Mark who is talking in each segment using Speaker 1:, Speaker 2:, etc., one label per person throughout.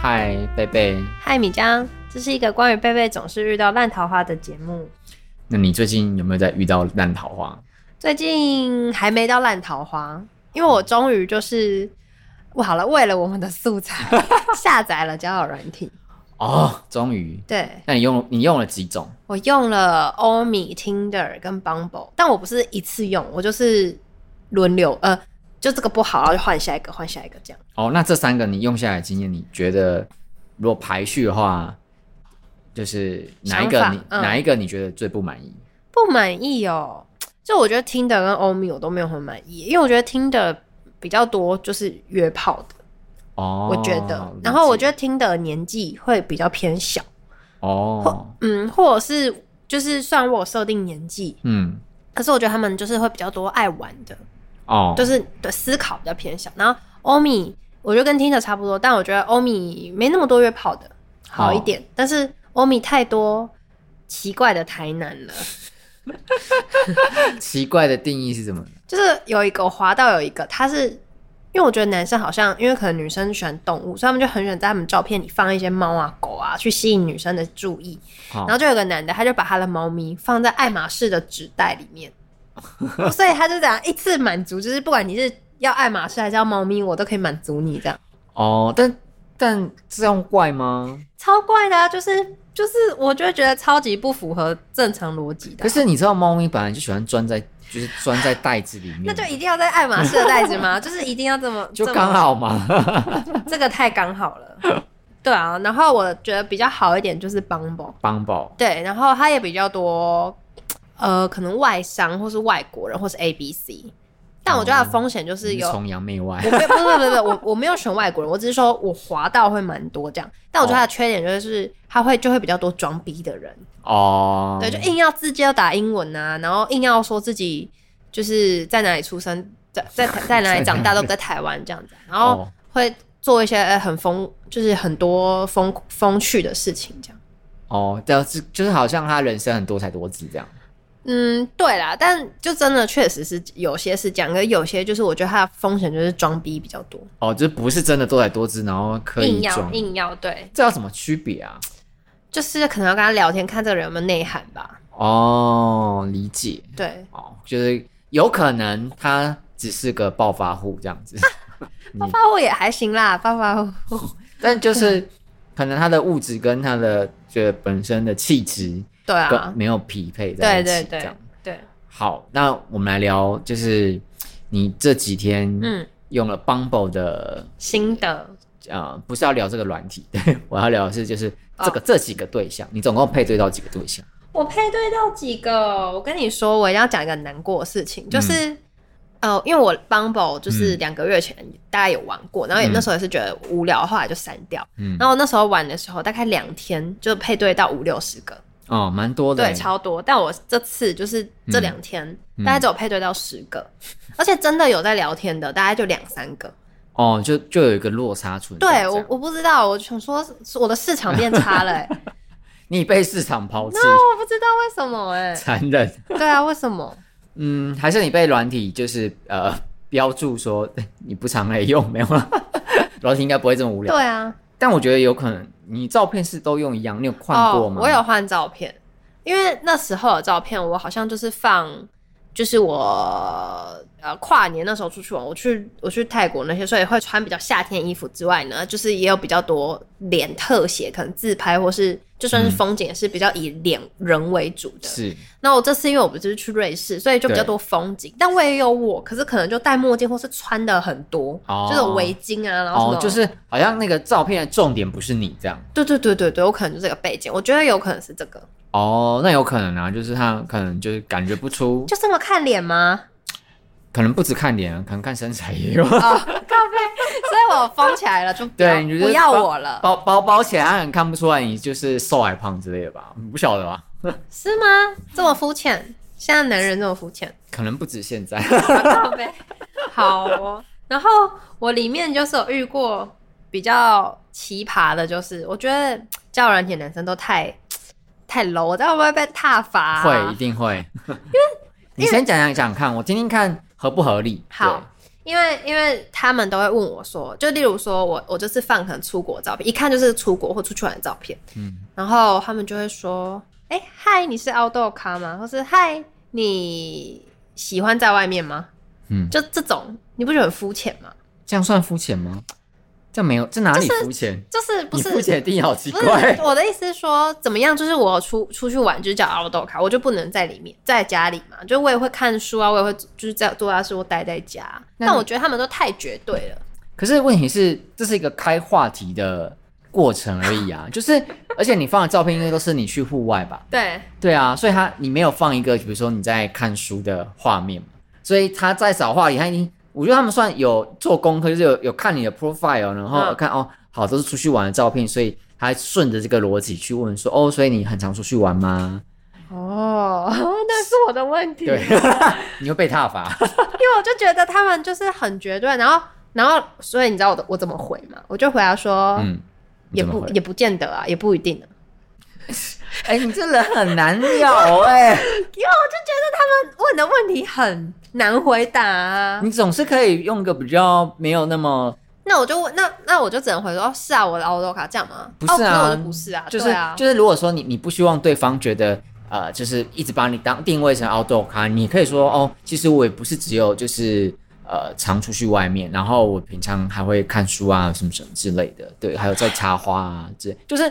Speaker 1: 嗨，贝贝，
Speaker 2: 嗨，米江，这是一个关于贝贝总是遇到烂桃花的节目。
Speaker 1: 那你最近有没有在遇到烂桃花？
Speaker 2: 最近还没到烂桃花，因为我终于就是，我好了，为了我们的素材 下载了交友软体。
Speaker 1: 哦，终于。
Speaker 2: 对
Speaker 1: 那你用你用了几种？
Speaker 2: 我用了欧米、Tinder 跟 Bumble，但我不是一次用，我就是轮流，呃，就这个不好，然后就换下一个，换下一个这样。
Speaker 1: 哦，那这三个你用下来的经验，你觉得如果排序的话，就是哪一个
Speaker 2: 想法
Speaker 1: 你、
Speaker 2: 嗯
Speaker 1: 哪一个你觉得最不满意？
Speaker 2: 不满意哦，就我觉得 Tinder 跟欧米我都没有很满意，因为我觉得 Tinder 比较多就是约炮的。
Speaker 1: 哦，
Speaker 2: 我觉得。然后我觉
Speaker 1: 得
Speaker 2: 得听的年纪会比较偏小，
Speaker 1: 哦，
Speaker 2: 嗯，或者是就是虽然我有设定年纪，
Speaker 1: 嗯，
Speaker 2: 可是我觉得他们就是会比较多爱玩的，
Speaker 1: 哦，
Speaker 2: 就是对思考比较偏小。然后欧米，我觉得跟听的差不多，但我觉得欧米没那么多约炮的，好一点。但是欧米太多奇怪的台南了，
Speaker 1: 奇怪的定义是什么？
Speaker 2: 就是有一个我滑到有一个，他是。因为我觉得男生好像，因为可能女生喜欢动物，所以他们就很喜欢在他们照片里放一些猫啊、狗啊，去吸引女生的注意。
Speaker 1: 好
Speaker 2: 然后就有个男的，他就把他的猫咪放在爱马仕的纸袋里 面，所以他就这样一次满足，就是不管你是要爱马仕还是要猫咪，我都可以满足你这样，
Speaker 1: 哦，但但这样怪吗？
Speaker 2: 超怪的、啊，就是就是，我就会觉得超级不符合正常逻辑的
Speaker 1: 可
Speaker 2: 啊。
Speaker 1: 是你知道猫咪本来就喜欢钻在就是钻在袋子里面，
Speaker 2: 那就一定要在爱马仕的袋子吗？ 就是一定要这么
Speaker 1: 就
Speaker 2: 这么
Speaker 1: 刚好嘛。
Speaker 2: 这个太刚好了。对啊，然后我觉得比较好一点就是 Bumble，
Speaker 1: 帮宝
Speaker 2: 对，然后它也比较多，呃，可能外商或是外国人或是 A B C，但我觉得
Speaker 1: 哦
Speaker 2: 它的风险就是有
Speaker 1: 崇洋媚外
Speaker 2: 我没有，不是不是不是，我我没有选外国人，我只是说我滑到会蛮多这样，但我觉得他的缺点就是他会就会比较多装逼的人，
Speaker 1: 哦，
Speaker 2: 对，就硬要字要打英文啊，然后硬要说自己就是在哪里出生，在在在哪里长大，都不在台湾这样子，然后
Speaker 1: 哦
Speaker 2: 会做一些呃很风，就是很多风风趣的事情这样。
Speaker 1: 哦，就是就是好像他人生很多才多姿这样。
Speaker 2: 嗯，对啦，但就真的确实是有些是这样，可是有些就是我觉得他的风险就是装逼比较多，
Speaker 1: 哦，就是不是真的多才多姿，然后可以
Speaker 2: 硬要
Speaker 1: 装，
Speaker 2: 硬要对，
Speaker 1: 这要什么区别啊？
Speaker 2: 就是可能要跟他聊天，看这个人有没有内涵吧。
Speaker 1: 哦，理解
Speaker 2: 对，
Speaker 1: 哦，就是有可能他只是个暴发户这样子，
Speaker 2: 啊
Speaker 1: 嗯
Speaker 2: 暴发户也还行啦，暴发户。
Speaker 1: 但就是可能他的物质跟他的这本身的气质
Speaker 2: 对
Speaker 1: 跟
Speaker 2: 啊，
Speaker 1: 没有匹配在
Speaker 2: 对
Speaker 1: 一起，这
Speaker 2: 对
Speaker 1: 样。
Speaker 2: 对对，
Speaker 1: 好，那我们来聊，就是你这几天
Speaker 2: 嗯，
Speaker 1: 用了 Bumble 的
Speaker 2: 新的
Speaker 1: 呃，不是要聊这个软体， 对我要聊的是就是这个、
Speaker 2: 哦
Speaker 1: 这几个对象，你总共配对到几个对象？
Speaker 2: 我配对到几个？我跟你说，我一定要讲一个难过的事情，就是。呃，因为我 Bumble 就是
Speaker 1: 嗯
Speaker 2: 两个月前大概有玩过，然后也
Speaker 1: 嗯
Speaker 2: 那时候也是觉得无聊，后来就删掉。
Speaker 1: 嗯
Speaker 2: 然后我那时候玩的时候，大概两天就配对到五六十个，
Speaker 1: 哦，蛮多的欸，
Speaker 2: 对，超多。但我这次就是这两天，
Speaker 1: 嗯
Speaker 2: 大概只有配对到十 个，而且真的有在聊天的，大概就两三个。
Speaker 1: 哦，就就有一个落差存在这
Speaker 2: 对
Speaker 1: 样。
Speaker 2: 我我不知道，我想说是我的市场变差 了、欸，
Speaker 1: 你被市场抛弃，
Speaker 2: 我不知道为什么 哎、
Speaker 1: 残忍。
Speaker 2: 对啊，为什么？
Speaker 1: 嗯，还是你被软体就是呃标注说 你不常来用， 没有啦。软体应该不会这么无
Speaker 2: 对
Speaker 1: 聊，
Speaker 2: 啊，
Speaker 1: 但我觉得有可能你照片是都用一样，你有换过吗？
Speaker 2: 哦我有换照片，因为那时候的照片我好像就是放，就是我呃跨年那时候出去玩，我去我去泰国那些，所以会穿比较夏天衣服之外呢，就是也有比较多脸特写，可能自拍或是就算
Speaker 1: 嗯
Speaker 2: 是风景也是比较以脸人为主的。
Speaker 1: 是
Speaker 2: 那我这次因为我不是去瑞士，所以就比较
Speaker 1: 对
Speaker 2: 多风景，但我也有我，可是可能就戴墨镜或是穿的很多，
Speaker 1: 哦
Speaker 2: 就是有围巾啊，然后什
Speaker 1: 哦
Speaker 2: 么，
Speaker 1: 就是好像那个照片的重点不是你这样。
Speaker 2: 对对对对对，我可能就这个背景，我觉得有可能是这个，
Speaker 1: 哦，那有可能啊，就是他可能就是感觉不出，
Speaker 2: 就这么看脸吗？
Speaker 1: 可能不止看脸，可能看身材也 有。
Speaker 2: 哦，咖啡， 所以我封起来了，就不要
Speaker 1: 对，你就是
Speaker 2: 哦不要
Speaker 1: 包
Speaker 2: 我了，
Speaker 1: 包包包起来，他很看不出来你就是瘦还胖之类的吧？你不晓得啊吧？
Speaker 2: 是吗？这么肤浅，现在男人这么肤 浅，
Speaker 1: 可能不止现 在。
Speaker 2: 咖啡，好哦。然后我里面就是有遇过比较奇葩的，就是我觉得交友软体的男生都太太 low，我知道会不会被踏伐、啊
Speaker 1: 会，一定会。你先讲讲讲看，我听听看合不合理。
Speaker 2: 好，因为因为他们都会问我说，就例如说我我就是放可能出国的照片，一看就是出国或出去玩的照片，
Speaker 1: 嗯
Speaker 2: 然后他们就会说，哎、嗨，你是奥豆咖吗？或是嗨，你喜欢在外面吗？
Speaker 1: 对，嗯，
Speaker 2: 就这种，你不觉得很肤浅吗？
Speaker 1: 这样算肤浅吗？这没有，这哪里肤浅？
Speaker 2: 就是不
Speaker 1: 你
Speaker 2: 是
Speaker 1: 肤浅的定义好奇
Speaker 2: 不是
Speaker 1: 怪。
Speaker 2: 我的意思是说，怎么样？就是我出出去玩，就是叫 outdoor 卡，我就不能在里面，在家里嘛。就我也会看书啊，我也会就是在做家事，我待在家。
Speaker 1: 那
Speaker 2: 但
Speaker 1: 你
Speaker 2: 我觉得他们都太绝对了。
Speaker 1: 可是问题是，这是一个开话题的过程而已啊，就是而且你放的照片应该都是你去户外吧？
Speaker 2: 对，
Speaker 1: 对啊，所以他你没有放一个，比如说你在看书的画面嘛，所以他在找话题，他已经，我觉得他们算有做功课，就是有有看你的 profile，然后
Speaker 2: 嗯
Speaker 1: 看、哦，好，都是出去玩的照片，所以他顺着这个逻辑去问说，哦，所以你很常出去玩 吗？
Speaker 2: 哦，那是我的问题，因
Speaker 1: 对
Speaker 2: 为，
Speaker 1: 你会被踏 伐，
Speaker 2: 我就觉得他们就是很绝对，然后，然后，所以你知道我的我怎么回吗？我就回答说，
Speaker 1: 嗯，你
Speaker 2: 也
Speaker 1: 怎么
Speaker 2: 不
Speaker 1: 回
Speaker 2: 也不见得啊，也不一定啊。
Speaker 1: 哎、你这人很难聊哎、
Speaker 2: 因为我就觉得他们问的问题很难回答、啊，
Speaker 1: 你总是可以用个比较没有那么，
Speaker 2: 那我就问，那那我就只能回说，哦，是啊，我的奥多卡这样吗？
Speaker 1: 不是啊
Speaker 2: 哦那我就不是啊，
Speaker 1: 就是、
Speaker 2: 对啊，
Speaker 1: 就是如果说你你不希望对方觉得。呃，就是一直把你当定位成 outdoor 咖，你可以说哦，其实我也不是只有就是呃常出去外面，然后我平常还会看书啊什么什么之类的，对，还有在插花啊之类，就是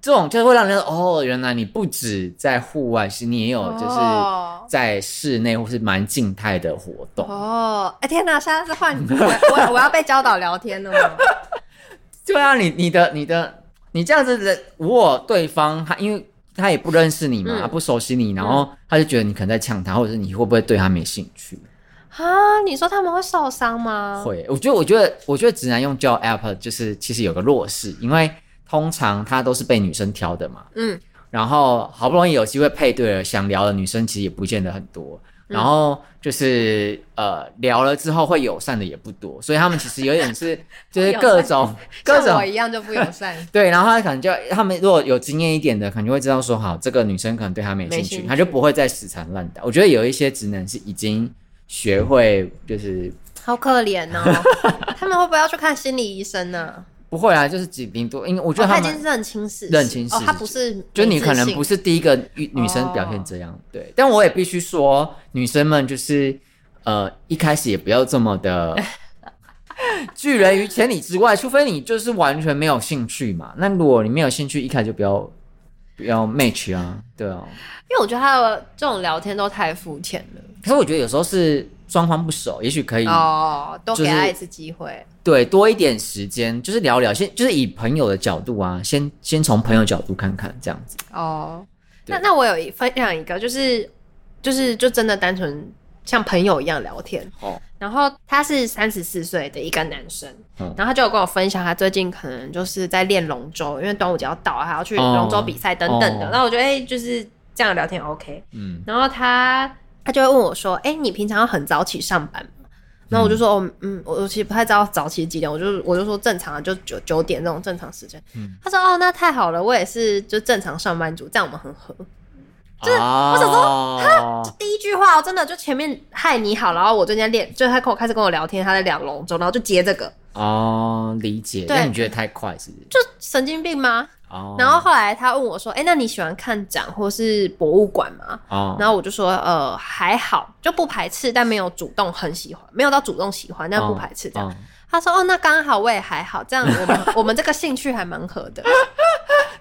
Speaker 1: 这种就是会让人哦，原来你不止在户外，是你也有就是
Speaker 2: 哦
Speaker 1: 在室内或是蛮静态的活动，
Speaker 2: 哦，哎、天哪，现在是 换你，我我我要被教导聊天了 吗？
Speaker 1: 对啊，你你的你的你这样子的，如果对方他因为他也不认识你嘛，
Speaker 2: 嗯
Speaker 1: 他不熟悉你，然后他就觉得你可能在呛他，或者是你会不会对他没兴趣？
Speaker 2: 啊，你说他们会受伤吗？
Speaker 1: 会，我觉得我觉得我觉得直男用交友 app 就是其实有个弱势，因为通常他都是被女生挑的嘛，
Speaker 2: 嗯，
Speaker 1: 然后好不容易有机会配对了，想聊的女生其实也不见得很多。然后就是呃聊了之后会友善的也不多，所以他们其实有点是就是各种各
Speaker 2: 像
Speaker 1: 种
Speaker 2: 我一样就不友善。
Speaker 1: 对，然后他可能就他们如果有经验一点的，可能就会知道说，好，这个女生可能对他没
Speaker 2: 没
Speaker 1: 兴趣，
Speaker 2: 兴
Speaker 1: 他就不会再死缠烂打。我觉得有一些直男是已经学会，就是
Speaker 2: 好可怜哦， 他们会不会要去看心理医生呢、
Speaker 1: 不会啊，就是几顶多，因为我觉
Speaker 2: 哦，
Speaker 1: 得
Speaker 2: 他
Speaker 1: 他
Speaker 2: 已
Speaker 1: 们
Speaker 2: 经是。认清事实，
Speaker 1: 认清事
Speaker 2: 哦
Speaker 1: 实，
Speaker 2: 他不是，
Speaker 1: 就你可能不
Speaker 2: 是，
Speaker 1: 是第一个女女生表现这样，
Speaker 2: 哦
Speaker 1: 对。但我也必须说，女生们就是呃一开始也不要这么的 拒人于千里之外，除非你就是完全没有兴趣嘛。那如果你没有兴趣，一开始就不要不要 match 啊，对啊。
Speaker 2: 因为我觉得他的这种聊天都太肤浅了。
Speaker 1: 可是我觉得有时候是双方不熟，也许可以、
Speaker 2: 哦，多给
Speaker 1: 就是
Speaker 2: 他一次机会。
Speaker 1: 对多一点时间，就是聊聊，先就是以朋友的角度啊，先先从朋友角度看看这样子。
Speaker 2: 哦，
Speaker 1: 对
Speaker 2: 那那我有一分享一个，就是就是就真的单纯像朋友一样聊天。
Speaker 1: 哦，
Speaker 2: 然后他是三十四岁的一个男生，
Speaker 1: 嗯
Speaker 2: 然后他就有跟我分享，他最近可能就是在练龙舟，因为端午节要到，啊还要去
Speaker 1: 哦
Speaker 2: 龙舟比赛等等
Speaker 1: 哦
Speaker 2: 的。那、我觉得哎、就是这样聊天 OK。
Speaker 1: 嗯，
Speaker 2: 然后他嗯他就会问我说：“哎、你平常很早起上班吗？”然后我就说：“哦，嗯，我我其实不太知道早起几点，我就我就说正常啊，就九九点这种正常时间。
Speaker 1: 嗯
Speaker 2: 他说：“哦，那太好了，我也是就正常上班族，这样我们很合。
Speaker 1: 就是我想说，”
Speaker 2: 第一句话、哦、真的就前面嗨你好，然后我最近在练，就他跟我开始跟我聊天，他在聊龙舟，然后就接这个，
Speaker 1: 哦，理解。
Speaker 2: 对
Speaker 1: 那你觉得太快是不是？
Speaker 2: 就神经病吗？
Speaker 1: 哦，
Speaker 2: 然后后来他问我说：“哎、那你喜欢看展或是博物馆吗？”
Speaker 1: 哦，
Speaker 2: 然后我就说，呃，还好，就不排斥，但没有主动很喜欢，没有到主动喜欢，但不排斥这样。
Speaker 1: 哦
Speaker 2: 他说，哦，那刚好我也还好，这样我们 我们这个兴趣还蛮合的。对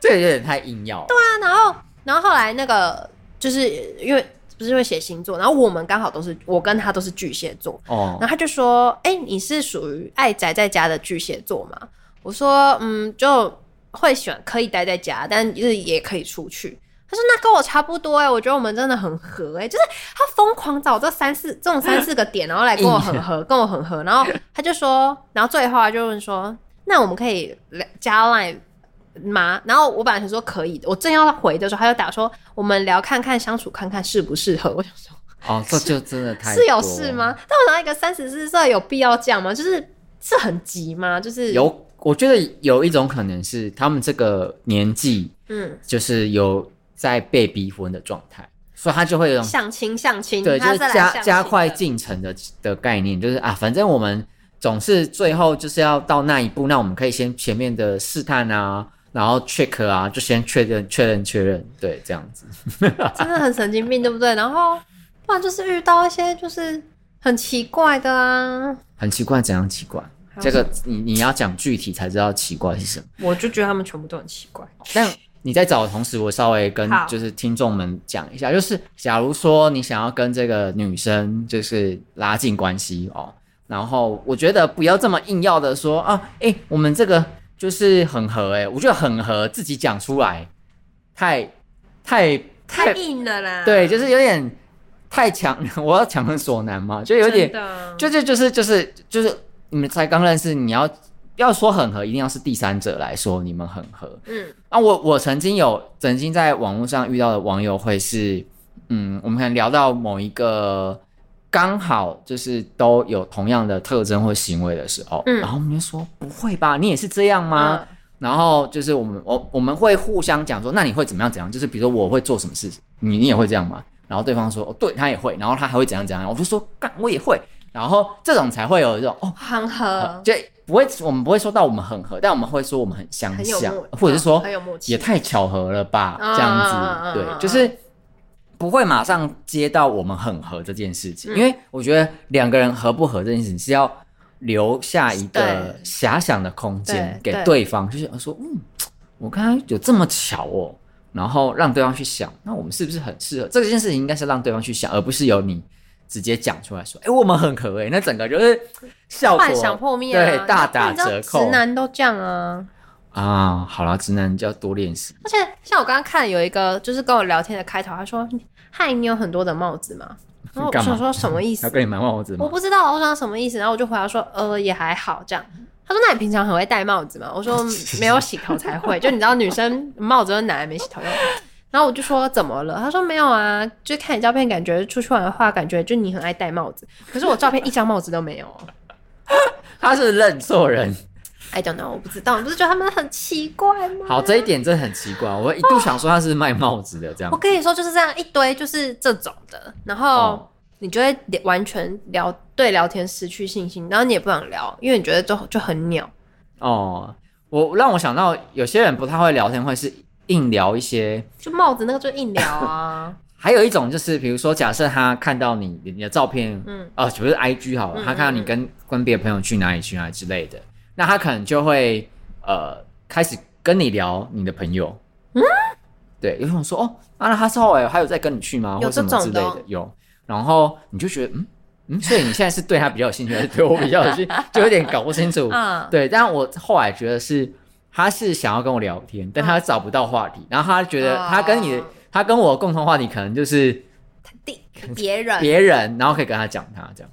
Speaker 1: 这个有点太硬要。对啊，
Speaker 2: 啊，然后然后后来那个就是因为不是会写星座，然后我们刚好都是我跟他都是巨蟹座，然后
Speaker 1: 哦，
Speaker 2: 他就说，哎、你是属于爱宅在家的巨蟹座吗？我说，嗯，就会喜欢可以待在家，但就是也可以出去。他说：“那跟我差不多哎、我觉得我们真的很合哎、就是他疯狂找这三四这种三四个点，然后来跟我很合，跟我很合。然后他就说，然后最后他就问说：那我们可以聊加 line 吗？然后我本来想说可以，我正要回的时候，他就打说我们聊看看，相处看看适不适合。我想说
Speaker 1: 哦，这就真的太
Speaker 2: 是有
Speaker 1: 多
Speaker 2: 事吗？？但我想到一个三十四岁有必要这样吗？就是是很急吗？就是
Speaker 1: 有，我觉得有一种可能是他们这个年纪
Speaker 2: 嗯
Speaker 1: 就是有在被逼婚的状态，所以他就会有一种
Speaker 2: 相亲相亲，
Speaker 1: 对，就
Speaker 2: 他
Speaker 1: 是
Speaker 2: 嗯再来
Speaker 1: 加
Speaker 2: 相
Speaker 1: 加
Speaker 2: 亲
Speaker 1: 快
Speaker 2: 了
Speaker 1: 进程的的概念，就是啊，反正我们总是最后就是要到那一步，那我们可以先前面的试探啊，然后 check 啊，就先确认确认确认，对，这样子。
Speaker 2: 真的很神经病，对不对？然后不然就是遇到一些就是很奇怪的啊，
Speaker 1: 很奇怪，怎样奇怪？
Speaker 2: 还有
Speaker 1: 这个你你要讲具体才知道奇怪是什么。
Speaker 2: 我就觉得他们全部都很奇怪。
Speaker 1: 但你在找的同时，我稍微跟
Speaker 2: 好
Speaker 1: 就是听众们讲一下，就是假如说你想要跟这个女生就是拉近关系哦，然后我觉得不要这么硬要的说啊，诶，我们这个就是很合诶，我觉得很合，自己讲出来太太
Speaker 2: 太硬了啦，
Speaker 1: 对，就是有点太强， 我要强人所难嘛，就有点
Speaker 2: 真
Speaker 1: 就就
Speaker 2: 的
Speaker 1: 就是就是就是你们才刚认识，你要要说很合，一定要是第三者来说你们很合。
Speaker 2: 嗯
Speaker 1: 啊，我我曾经有曾经在网络上遇到的网友会是，嗯，我们可能聊到某一个刚好就是都有同样的特征或行为的时候，
Speaker 2: 嗯
Speaker 1: 然后我们就说不会吧，你也是这样吗？
Speaker 2: 嗯
Speaker 1: 然后就是我们我我们会互相讲说，那你会怎么样怎样？就是比如说我会做什么事，你你也会这样吗？然后对方说，哦，对他也会，然后他还会怎样怎样，我就说，干我也会，然后这种才会有一种哦，
Speaker 2: 很合，
Speaker 1: 就不会我们不会说到我们很合，但我们会说我们很相
Speaker 2: 很有
Speaker 1: 像
Speaker 2: 默，啊
Speaker 1: 或者是说
Speaker 2: 很有默契
Speaker 1: 也太巧合了吧，
Speaker 2: 嗯
Speaker 1: 这样子，
Speaker 2: 嗯嗯嗯嗯
Speaker 1: 对，就是。不会马上接到我们很合这件事
Speaker 2: 嗯
Speaker 1: 情，因为我觉得两个人合不合这件事情是要留下一个
Speaker 2: 对
Speaker 1: 遐想的空间
Speaker 2: 对
Speaker 1: 给
Speaker 2: 对
Speaker 1: 对方，就是说，嗯，我刚刚有这么巧哦，然后让对方去想，那我们是不是很适合？这件事情应该是让对方去想，而不是由你直接讲出来说，哎，我们很合哎，那整个就是效果
Speaker 2: 幻想破灭、啊，
Speaker 1: 对，大打
Speaker 2: 你知道
Speaker 1: 折扣
Speaker 2: 直男都这样啊。
Speaker 1: 啊。好啦，直男就要多练习。
Speaker 2: 而且像我刚刚看有一个，就是跟我聊天的开头，他说：“嗨，你有很多的帽子吗？”然后我
Speaker 1: 干嘛
Speaker 2: 想说什么意思
Speaker 1: 要？跟你买万猴子
Speaker 2: 我
Speaker 1: 吗？
Speaker 2: 不知道，我想什么意思，然后我就回答说，呃，也还好这样。他说：“那你平常很会戴帽子吗？” 我说：“没有洗头才会，就你知道女生帽子都拿来没洗头用。”然后我就说：“怎么了？”他说：“没有啊，就看你照片，感觉出去玩的话，感觉就你很爱戴帽子。可是我照片一张帽子都没有哦。
Speaker 1: 他是认错人。
Speaker 2: I don't know，我不知道，你不是觉得他们很奇怪吗？
Speaker 1: 好，这一点真的很奇怪，我一度想说他是卖帽子的这样
Speaker 2: 我。跟你说就是这样一堆就是这种的，然后
Speaker 1: 哦
Speaker 2: 你就会聊完全聊对聊天失去信心，然后你也不想聊，因为你觉得就就很鸟。
Speaker 1: 哦，我让我想到有些人不太会聊天，会是硬聊一些。
Speaker 2: 就帽子那个就硬聊 啊，
Speaker 1: 还有一种就是，比如说，假设他看到你你的照片，
Speaker 2: 嗯
Speaker 1: 嗯，哦，比如说 IG 好了，
Speaker 2: 嗯
Speaker 1: 他看到你跟跟别的朋友去哪里去哪里之类的，那他可能就会呃开始跟你聊你的朋友，嗯，对，有种说哦，啊，那他是后来还有在跟你去吗？
Speaker 2: 有
Speaker 1: 或什么
Speaker 2: 这种
Speaker 1: 之类
Speaker 2: 的哦
Speaker 1: 的，有，然后你就觉得嗯嗯，所以你现在是对他比较有兴趣，还是对我比较有兴 趣，就有点搞不清楚，
Speaker 2: 嗯
Speaker 1: 对，但我后来觉得是他是想要跟我聊天，但他找不到话题，然后他觉得他跟你的、
Speaker 2: 哦
Speaker 1: 他跟我共同话题可能就是
Speaker 2: 第别人
Speaker 1: 别人，然后可以跟他讲他这样。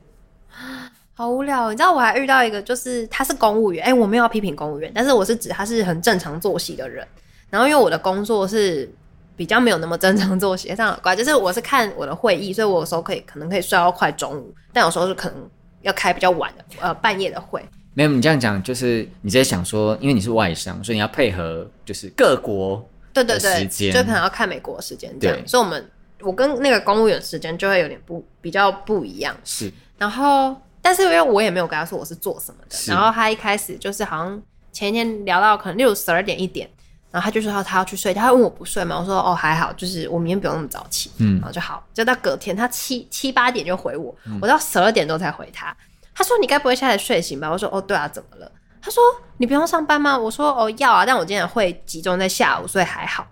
Speaker 2: 好无聊哦。你知道我还遇到一个，就是他是公务员，哎、我没有要批评公务员，但是我是指他是很正常作息的人。然后因为我的工作是比较没有那么正常作息，这样很怪，就是我是看我的会议，所以我有时候可以可能可以睡到快中午，但有时候是可能要开比较晚的呃半夜的会。
Speaker 1: 没有，你这样讲就是你在想说，因为你是外商，所以你要配合就是各国
Speaker 2: 对对
Speaker 1: 的
Speaker 2: 对，
Speaker 1: 时间
Speaker 2: 就可能要看美国的时间这样，
Speaker 1: 对
Speaker 2: 所以我们我跟那个公务员时间就会有点不比较不一样。
Speaker 1: 是
Speaker 2: 然后，但是因为我也没有跟他说我是做什么的，
Speaker 1: 是
Speaker 2: 然后他一开始就是好像前一天聊到可能六十二点一点，然后他就说他要去睡，他问我不睡吗？我说哦还好，就是我明天不用那么早起，
Speaker 1: 嗯
Speaker 2: 然后就好，就到隔天他七七八点就回我，我到十二点多才回他，他说你该不会现在睡醒吧？我说哦对啊，怎么了？他说你不用上班吗？我说哦要啊，但我今天会集中在下午，所以还好。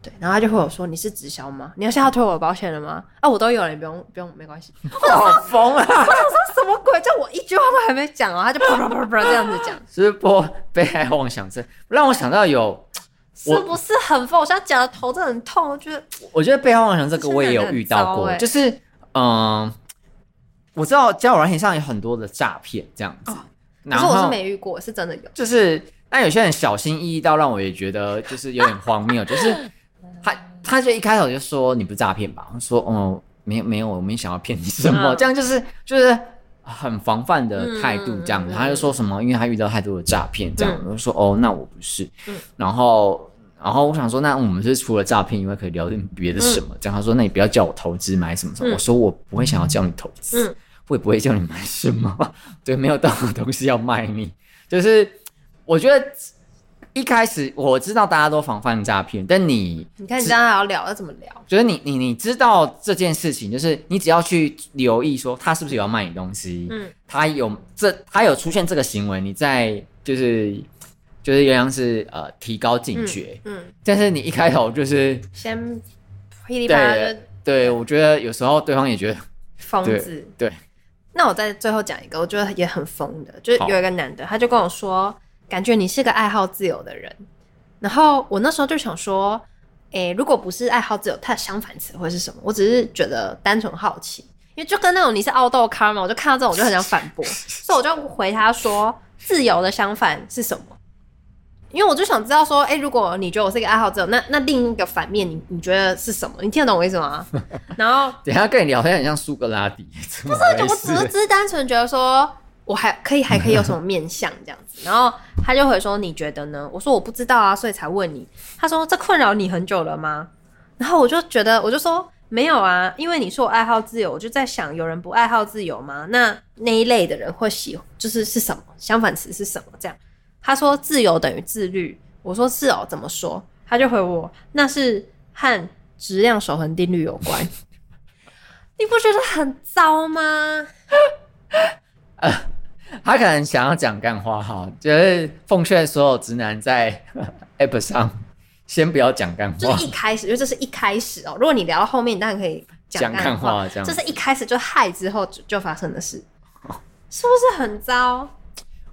Speaker 2: 对，然后他就回我说：“你是直销吗？你要现在要退我的保险了吗？啊，我都有了，你不用不用，没关系。”
Speaker 1: 好疯啊！
Speaker 2: 我想说什么鬼？就我一句话都还没讲哦，他就啪啪啪啪这样子讲。
Speaker 1: 是不是播被害妄想症，让我想到有
Speaker 2: 是不是很疯？我现在讲的头真的很痛，我觉得
Speaker 1: 我觉得被害妄想这个我也有遇到过，
Speaker 2: 真的很糟欸
Speaker 1: 就是嗯、我知道交友软件上有很多的诈骗这样子，然
Speaker 2: 嗯可是我是
Speaker 1: 后
Speaker 2: 没遇过，是真的有。
Speaker 1: 就是但有些人小心翼翼到让我也觉得就是有点荒谬， 就是他他就一开口就说你不是诈骗吧？我说哦、没有没有，我没想要骗你什么，
Speaker 2: 嗯
Speaker 1: 这样就是就是。很防范的态度，这样子，
Speaker 2: 嗯嗯嗯
Speaker 1: 他就说什么，因为他遇到太多的诈骗，这样，我
Speaker 2: 嗯
Speaker 1: 就说哦，那我不是，然后，然后我想说，那我们是除了诈骗以外，可以聊点别的什么？这样他说，那你不要叫我投资买什么什么。
Speaker 2: 嗯
Speaker 1: 我说我不会想要叫你投资，
Speaker 2: 嗯
Speaker 1: 我也不会叫你买什么，对，没有到我东西要卖你。 就是我觉得一开始我知道大家都防范诈骗，但你
Speaker 2: 你看你这样还要聊，要怎么聊？
Speaker 1: 就是你你你知道这件事情，就是你只要去留意说他是不是有要卖你东西，
Speaker 2: 嗯，
Speaker 1: 他有这他有出现这个行为，你在就是就是原来是呃提高警觉。
Speaker 2: 嗯，
Speaker 1: 但是你一开头就是
Speaker 2: 先噼里啪啦
Speaker 1: 对
Speaker 2: 就
Speaker 1: 对，我觉得有时候对方也觉得
Speaker 2: 疯
Speaker 1: 对
Speaker 2: 子。
Speaker 1: 对，
Speaker 2: 那我再最后讲一个，我觉得也很疯的，就是
Speaker 1: 好
Speaker 2: 有一个男的，他就跟我说，感觉你是个爱好自由的人。然后我那时候就想说，诶、如果不是爱好自由，它的相反词汇是什么？我只是觉得单纯好奇，因为就跟那种你是奥豆咖嘛，我就看到这种我就很想反驳，所以我就回他说，自由的相反是什么？因为我就想知道说，诶，如果你觉得我是一个爱好自由，那那另一个反面你你觉得是什么？你听得懂我意思吗？ 然后
Speaker 1: 等一下跟你聊天很像苏格拉底，不是
Speaker 2: 我只是只是单纯觉得说，我还可以还可以有什么面相这样子，然后他就回说你觉得呢？我说我不知道啊，所以才问你。他说这困扰你很久了吗？然后我就觉得我就说没有啊，因为你说我爱好自由，我就在想有人不爱好自由吗？那那一类的人会喜就是是什么相反词是什么这样？他说自由等于自律，我说是哦，怎么说？他就回我那是和质量守恒定律有关。 你不觉得很糟吗？
Speaker 1: 他可能想要讲干话哈，就是奉劝所有直男在 App 上先不要讲干
Speaker 2: 就
Speaker 1: 话
Speaker 2: 是，一开始，因为这是一开始哦。如果你聊到后面，你当然可以
Speaker 1: 讲
Speaker 2: 干
Speaker 1: 干话这样哦
Speaker 2: 这是一开始就害之后就就发生的事，是不是很糟？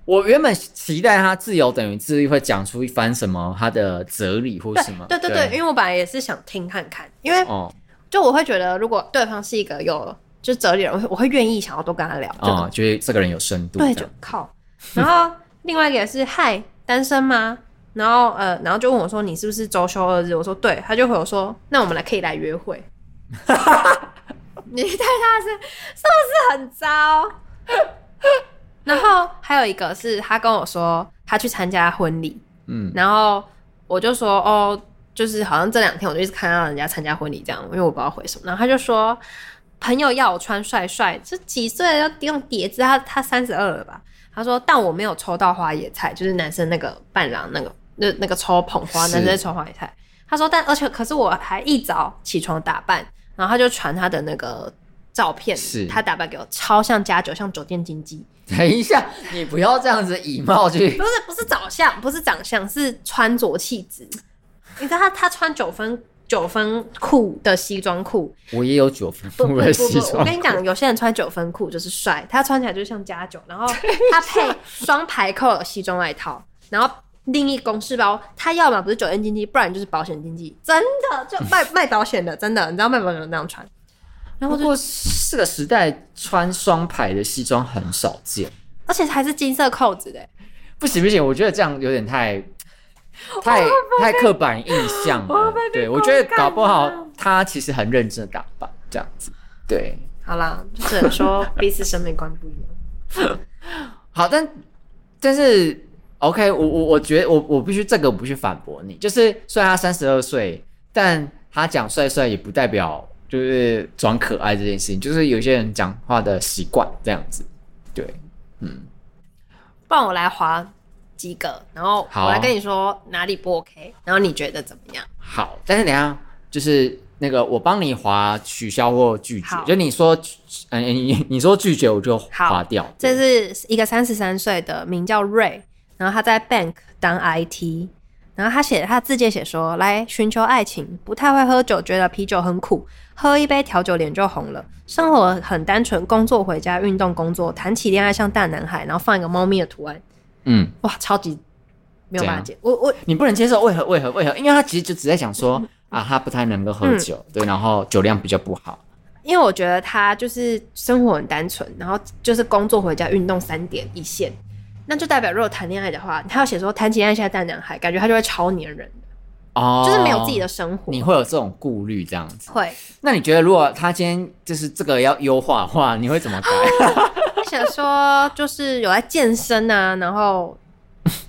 Speaker 1: 我原本期待他自由等于自律会讲出一番什么他的哲理或
Speaker 2: 对
Speaker 1: 什么，
Speaker 2: 对对对，因为我本来也是想听看看，因为
Speaker 1: 哦
Speaker 2: 就我会觉得，如果对方是一个有就哲理的人，我会我会愿意想要多跟他聊这个
Speaker 1: 哦，觉得这个人有深度，
Speaker 2: 对，
Speaker 1: 这
Speaker 2: 就
Speaker 1: 样
Speaker 2: 靠。然后另外一个也是嗨，单身吗？然后呃，然后就问我说你是不是周休二日？我说对，他就回我说那我们来可以来约会。 你对他是是不是很糟？ 然后还有一个是他跟我说他去参加婚礼，
Speaker 1: 嗯，
Speaker 2: 然后我就说哦，就是好像这两天我就一直看到人家参加婚礼这样，因为我不知道回什么。然后他就说朋友要我穿帅帅，这几岁啊要用碟子，他他三十二了吧？他说但我没有抽到花野菜，就是男生那个伴郎那个 那那个抽捧花，
Speaker 1: 是
Speaker 2: 男生在抽花野菜。他说但而且可是我还一早起床打扮，然后他就传他的那个。照片
Speaker 1: 是
Speaker 2: 他打扮给我，超像家酒，像酒店经济。
Speaker 1: 等一下，你不要这样子以貌去
Speaker 2: 不是不是长相，不是长相，是穿着气质。你知道他他穿九分九分裤的西装裤，
Speaker 1: 我也有九分
Speaker 2: 不不
Speaker 1: 我
Speaker 2: 不
Speaker 1: 的西
Speaker 2: 不，
Speaker 1: 装
Speaker 2: 我跟你讲，有些人穿九分裤就是帅，他穿起来就像加九，然后他配双排扣的西装外套，然后另一公事包，他要么不是酒店经济，不然就是保险经济，真的就卖卖保险的，真的，你知道卖保险的那样穿。然后
Speaker 1: 不
Speaker 2: 我就，
Speaker 1: 过这个时代穿双排的西装很少见。
Speaker 2: 而且还是金色扣子的，欸
Speaker 1: 不行不行，我觉得这样有点太太太刻板印象了。对，我觉得搞不好他其实很认真的打扮这样子。对，
Speaker 2: 好啦，就只能说彼此审美观不一样。
Speaker 1: 好，但但是 OK，我我我觉得我我必须这个我不去反驳你，就是虽然他三十二岁，但他讲帅帅也不代表就是装可爱这件事情，就是有些人讲话的习惯这样子。对，
Speaker 2: 不然我来划几个，然后
Speaker 1: 好
Speaker 2: 我来跟你说哪里不 OK，然后你觉得怎么样？
Speaker 1: 好，但是等一下就是那个我帮你划取消或拒绝
Speaker 2: 好，
Speaker 1: 就你说，嗯、你你说拒绝我就划掉。
Speaker 2: 这是一个三十三岁的，名叫瑞，然后他在 bank 当 IT，然后他写他自荐写说，来寻求爱情，不太会喝酒，觉得啤酒很苦，喝一杯调酒脸就红了，生活很单纯，工作回家，运动工作，谈起恋爱像大男孩，然后放一个猫咪的图案，
Speaker 1: 嗯，
Speaker 2: 哇，超级没有
Speaker 1: 怎
Speaker 2: 办法
Speaker 1: 样
Speaker 2: 接。我我
Speaker 1: 你不能接受，为何？为何？为何？因为他其实就只在讲说
Speaker 2: 嗯
Speaker 1: 啊，他不太能够喝酒，对，然后酒量比较不好，
Speaker 2: 因为我觉得他就是生活很单纯，然后就是工作回家运动三点一线，那就代表如果谈恋爱的话，他要写说谈情爱下大男孩，感觉他就会超黏人，
Speaker 1: 哦，
Speaker 2: 就是没有自己的，生活。
Speaker 1: 你会有这种顾虑这样子。
Speaker 2: 会
Speaker 1: 那你觉得，如果他今天就是这个要优化的话，你会怎么改？
Speaker 2: 会想说就是有在健身啊，然后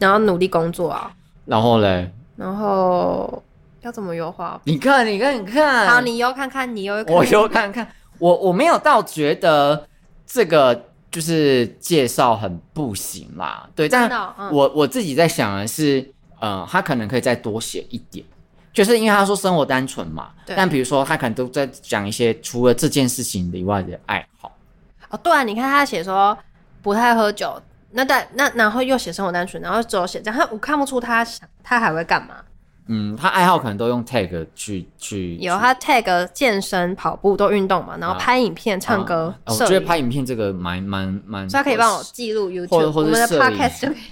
Speaker 2: 然后努力工作啊，
Speaker 1: 然后嘞，
Speaker 2: 然后要怎么优化？
Speaker 1: 你看，你看，你看，
Speaker 2: 好，你优看看，你优看 看
Speaker 1: 我有看看，我我没有到觉得这个就是介绍很不行啦，对，但
Speaker 2: 真的哦嗯
Speaker 1: 我、我自己在想的是，呃，他可能可以再多写一点，就是因为他说生活单纯嘛，
Speaker 2: 对
Speaker 1: 但比如说他可能都在讲一些除了这件事情以外的爱好，
Speaker 2: 哦，对啊，你看他写说不太喝酒，那但那然后又写生活单纯，然后只有写这样，他我看不出他想他还会干嘛。
Speaker 1: 嗯，他爱好可能都用 tag 去去
Speaker 2: 有
Speaker 1: 去
Speaker 2: 他 tag 健身、跑步都运动嘛，然后
Speaker 1: 啊
Speaker 2: 拍影片、唱歌
Speaker 1: 啊、我
Speaker 2: 摄
Speaker 1: 觉得
Speaker 2: 影，
Speaker 1: 拍影片这个蛮蛮蛮，
Speaker 2: 所以他可以帮我记录
Speaker 1: 或者
Speaker 2: YouTube，
Speaker 1: 或
Speaker 2: 我
Speaker 1: 者
Speaker 2: 们的
Speaker 1: 摄影
Speaker 2: podcast 就可以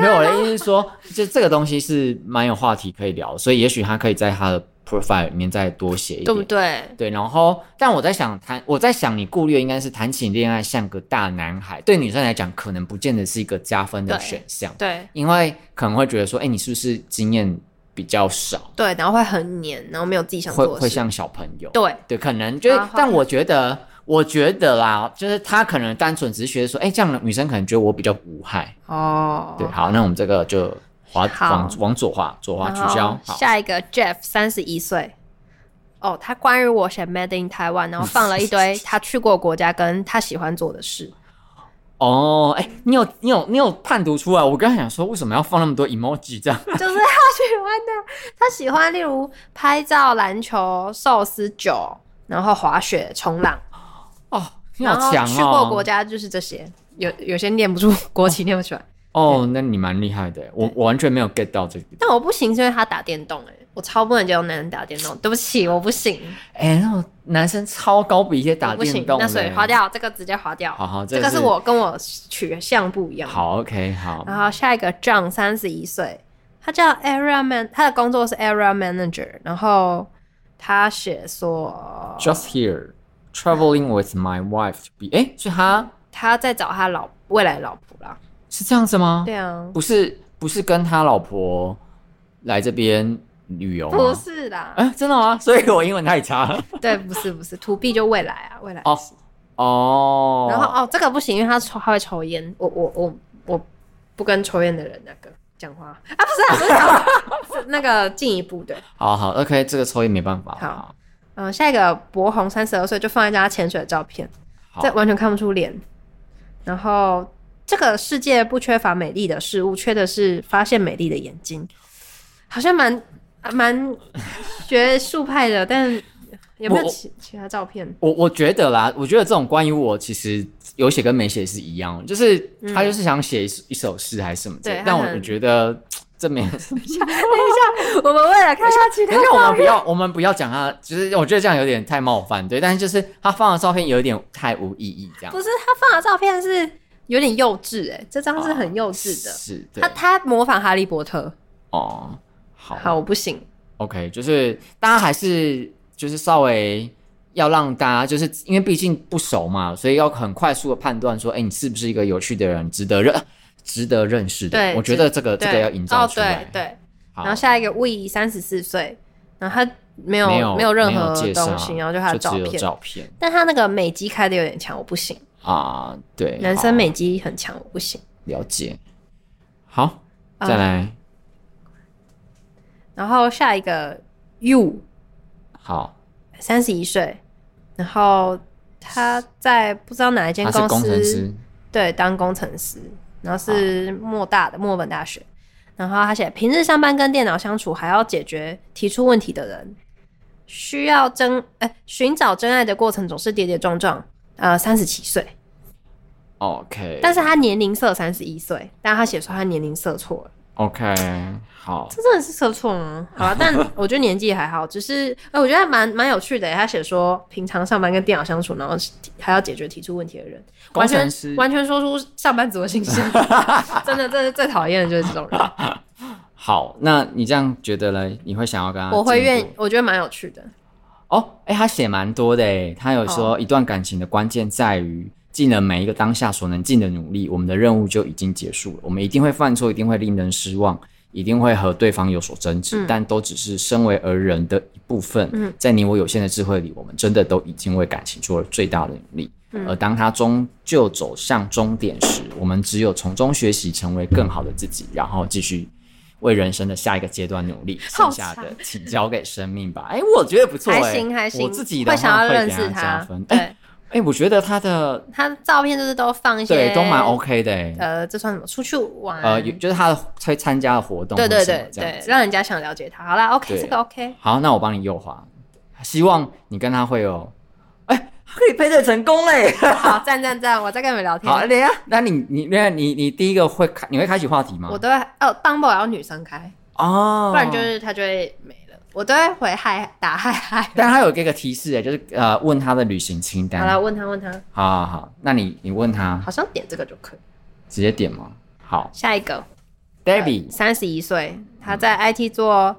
Speaker 1: 没有，
Speaker 2: 他
Speaker 1: 我
Speaker 2: 来。
Speaker 1: 的意思是说，就这个东西是蛮有话题可以聊，所以也许他可以在他的 profile 里面再多写一点，
Speaker 2: 对不对？
Speaker 1: 对然后，但我在想谈，我在想你顾虑的应该是谈起恋爱像个大男孩，对女生来讲可能不见得是一个加分的
Speaker 2: 对
Speaker 1: 选项，
Speaker 2: 对
Speaker 1: 因为可能会觉得说，哎，你是不是经验比较少，
Speaker 2: 对，然后会很黏，然后没有自己想
Speaker 1: 会
Speaker 2: 做的
Speaker 1: 会
Speaker 2: 事。
Speaker 1: 像小朋友，
Speaker 2: 对
Speaker 1: 对，可能就是，
Speaker 2: 啊好
Speaker 1: 但我觉得，我觉得啦，就是他可能单纯只是觉得说，哎，这样的女生可能觉得我比较无害，
Speaker 2: 哦，
Speaker 1: 对，好，那我们这个就滑
Speaker 2: 好
Speaker 1: 往往左滑，左滑
Speaker 2: 然
Speaker 1: 取
Speaker 2: 后
Speaker 1: 消。好，
Speaker 2: 下一个 Jeff 三十一岁。哦，他关于我写 Made in Taiwan，然后放了 一堆他去过国家跟他喜欢做的事。
Speaker 1: 哦，哎、你有你有你有判读出来？我刚才想说，为什么要放那么多 emoji 这样？
Speaker 2: 就是他喜欢的，他喜欢例如拍照、篮球、寿司、酒，然后滑雪、冲浪，
Speaker 1: 哦，你好
Speaker 2: 然后
Speaker 1: 强哦！
Speaker 2: 去过国家就是这些，有有些念不出国旗，念不出 来。
Speaker 1: 哦，那你蛮厉害的，我我完全没有 get 到这个。
Speaker 2: 但我不行，是因为他打电动、欸，我超不能接受男人打电动，对不起，我不行，
Speaker 1: 哎、那种男生超高比例
Speaker 2: 我
Speaker 1: 打
Speaker 2: 不行
Speaker 1: 电动，
Speaker 2: 那所以
Speaker 1: 嘞
Speaker 2: 划。掉这个，直接划掉。
Speaker 1: 好好这
Speaker 2: 这
Speaker 1: 个
Speaker 2: 个是
Speaker 1: 是
Speaker 2: 我跟我取向不一样。，
Speaker 1: 好，OK，好，
Speaker 2: 然后下一个 John 三十一岁，他叫 Area Man，他的工作是 Area Manager，然后他写说
Speaker 1: just here traveling with my wife to be，哎、所以他
Speaker 2: 他在找他老未来老婆啦。
Speaker 1: 是这样子吗？
Speaker 2: 对啊，
Speaker 1: 不是不是跟他老婆来这边旅游吗？
Speaker 2: 不是啦，
Speaker 1: 哎、真的吗？所以我英文太差了。
Speaker 2: 对，不是不是，to B 就未来啊，未来。
Speaker 1: 哦哦，
Speaker 2: 然后哦，这个不行，因为他抽他会抽烟，我我我我不跟抽烟的人那个讲话啊，不是啊，不是讲话是那个进一步的。
Speaker 1: 好好，OK，这个抽烟没办法。
Speaker 2: 好，嗯，下一个博宏三十二岁就放一张他潜水的照片，
Speaker 1: 好
Speaker 2: 这完全看不出脸。然后这个世界不缺乏美丽的事物，缺的是发现美丽的眼睛，好像蛮啊蛮学术派的，但有没有
Speaker 1: 我
Speaker 2: 其其他照片？
Speaker 1: 我我觉得啦，我觉得这种关于我其实有写跟没写是一样，就是他就是想写一首一首诗还是什么之类的
Speaker 2: 嗯对，
Speaker 1: 但
Speaker 2: 他
Speaker 1: 我
Speaker 2: 很
Speaker 1: 觉得这 没有。
Speaker 2: 我们为了看下去，
Speaker 1: 等一下，我们不要，我们不要讲他，就是我觉得这样有点太冒犯，对。但是就是他放的照片有点太无意义，这样
Speaker 2: 不是他放的照片是有点幼稚哎、这张是很幼稚的，
Speaker 1: 哦是对
Speaker 2: 他他模仿哈利波特，
Speaker 1: 哦，好，
Speaker 2: 好我不行，
Speaker 1: OK，就是大家还是就是稍微要让大家，就是因为毕竟不熟嘛，所以要很快速的判断说，哎、你是不是一个有趣的人，值得认、 值得认识的。
Speaker 2: 对
Speaker 1: 我觉得这个这
Speaker 2: 对
Speaker 1: 个要营造
Speaker 2: 哦
Speaker 1: 出来
Speaker 2: 对。对，
Speaker 1: 好，
Speaker 2: 然后下一个 We 三十四岁，然后他没有
Speaker 1: 没有
Speaker 2: 没有任何
Speaker 1: 介绍
Speaker 2: 东西，然后就他的照
Speaker 1: 只有
Speaker 2: 片，
Speaker 1: 照片
Speaker 2: 但他那个美肌开的有点强，我不行，
Speaker 1: 啊，对，
Speaker 2: 男生
Speaker 1: 好
Speaker 2: 美肌很强，我不行。
Speaker 1: 了解。好，
Speaker 2: 啊
Speaker 1: 再来，
Speaker 2: 然后下一个 You
Speaker 1: 好，
Speaker 2: 三十一岁，然后他在不知道哪一间
Speaker 1: 他是工程师，
Speaker 2: 对，当工程师，然后是莫大的墨本大学。然后他写，平日上班跟电脑相处，还要解决提出问题的人，需要真哎寻找真爱的过程总是跌跌撞撞。呃，三十七岁，
Speaker 1: OK，
Speaker 2: 但是他年龄设三十一岁，但他写说他年龄设错了，
Speaker 1: OK，好，
Speaker 2: 这真的是设错吗？ 好吧，但我觉得年纪还好，只是哎，我觉得还蛮蛮有趣的。他写说，平常上班跟电脑相处，然后还要解决提出问题的人，
Speaker 1: 工
Speaker 2: 完
Speaker 1: 程
Speaker 2: 全
Speaker 1: 师 啊
Speaker 2: 完全说出上班族的心声，真的，这是最讨厌的就是这种人。
Speaker 1: 好，那你这样觉得嘞？你会想要跟他？
Speaker 2: 我会愿，我觉得蛮有趣的。
Speaker 1: 哦，哎、他写蛮多的哎，他有
Speaker 2: 哦
Speaker 1: 说一段感情的关键在于尽了每一个当下所能尽的努力，我们的任务就已经结束了。我们一定会犯错，一定会令人失望，一定会和对方有所争执，
Speaker 2: 嗯
Speaker 1: 但都只是身为而人的一部分。
Speaker 2: 嗯
Speaker 1: 在你我有限的智慧里，我们真的都已经为感情做了最大的努力。
Speaker 2: 嗯
Speaker 1: 而当他终究走向终点时，我们只有从中学习，成为更好的自己，然后继续为人生的下一个阶段努力。剩
Speaker 2: 好
Speaker 1: 下的
Speaker 2: 长
Speaker 1: 请交给生命吧。哎，我觉得不错、哎，
Speaker 2: 还行还行，
Speaker 1: 我自己的
Speaker 2: 会想
Speaker 1: 话
Speaker 2: 要认
Speaker 1: 给
Speaker 2: 识
Speaker 1: 加分。
Speaker 2: 对、
Speaker 1: 哎哎，我觉得他的
Speaker 2: 他照片就是都放一些，
Speaker 1: 对都蛮 OK 的、哎
Speaker 2: 呃，这算什么？出去玩？
Speaker 1: 呃，有就是他的参参加的活动，
Speaker 2: 对对对
Speaker 1: 这样
Speaker 2: 对，
Speaker 1: 子。
Speaker 2: 让人家想了解他。好啦，OK，
Speaker 1: 对
Speaker 2: 这个 OK。
Speaker 1: 好，那我帮你右滑，希望你跟他会有，哎，他可以配对成功嘞。
Speaker 2: 好，赞赞赞！我在跟你们聊天
Speaker 1: 好，，等一下， 那你啊你那你你第一个会开你会开启话题吗？
Speaker 2: 我都会哦，Bumble 要女生开，
Speaker 1: 哦，
Speaker 2: 不然就。是他就会没了。我都会回嗨打 嗨嗨。
Speaker 1: 但他有给个提示哎，就是呃问他的旅行清单。
Speaker 2: 好了，问他问他，
Speaker 1: 好好好，那你你问他
Speaker 2: 好像点这个就可以。
Speaker 1: 直接点吗？好
Speaker 2: 下一个
Speaker 1: ，Debbie，
Speaker 2: 三十一岁，他在 IT 做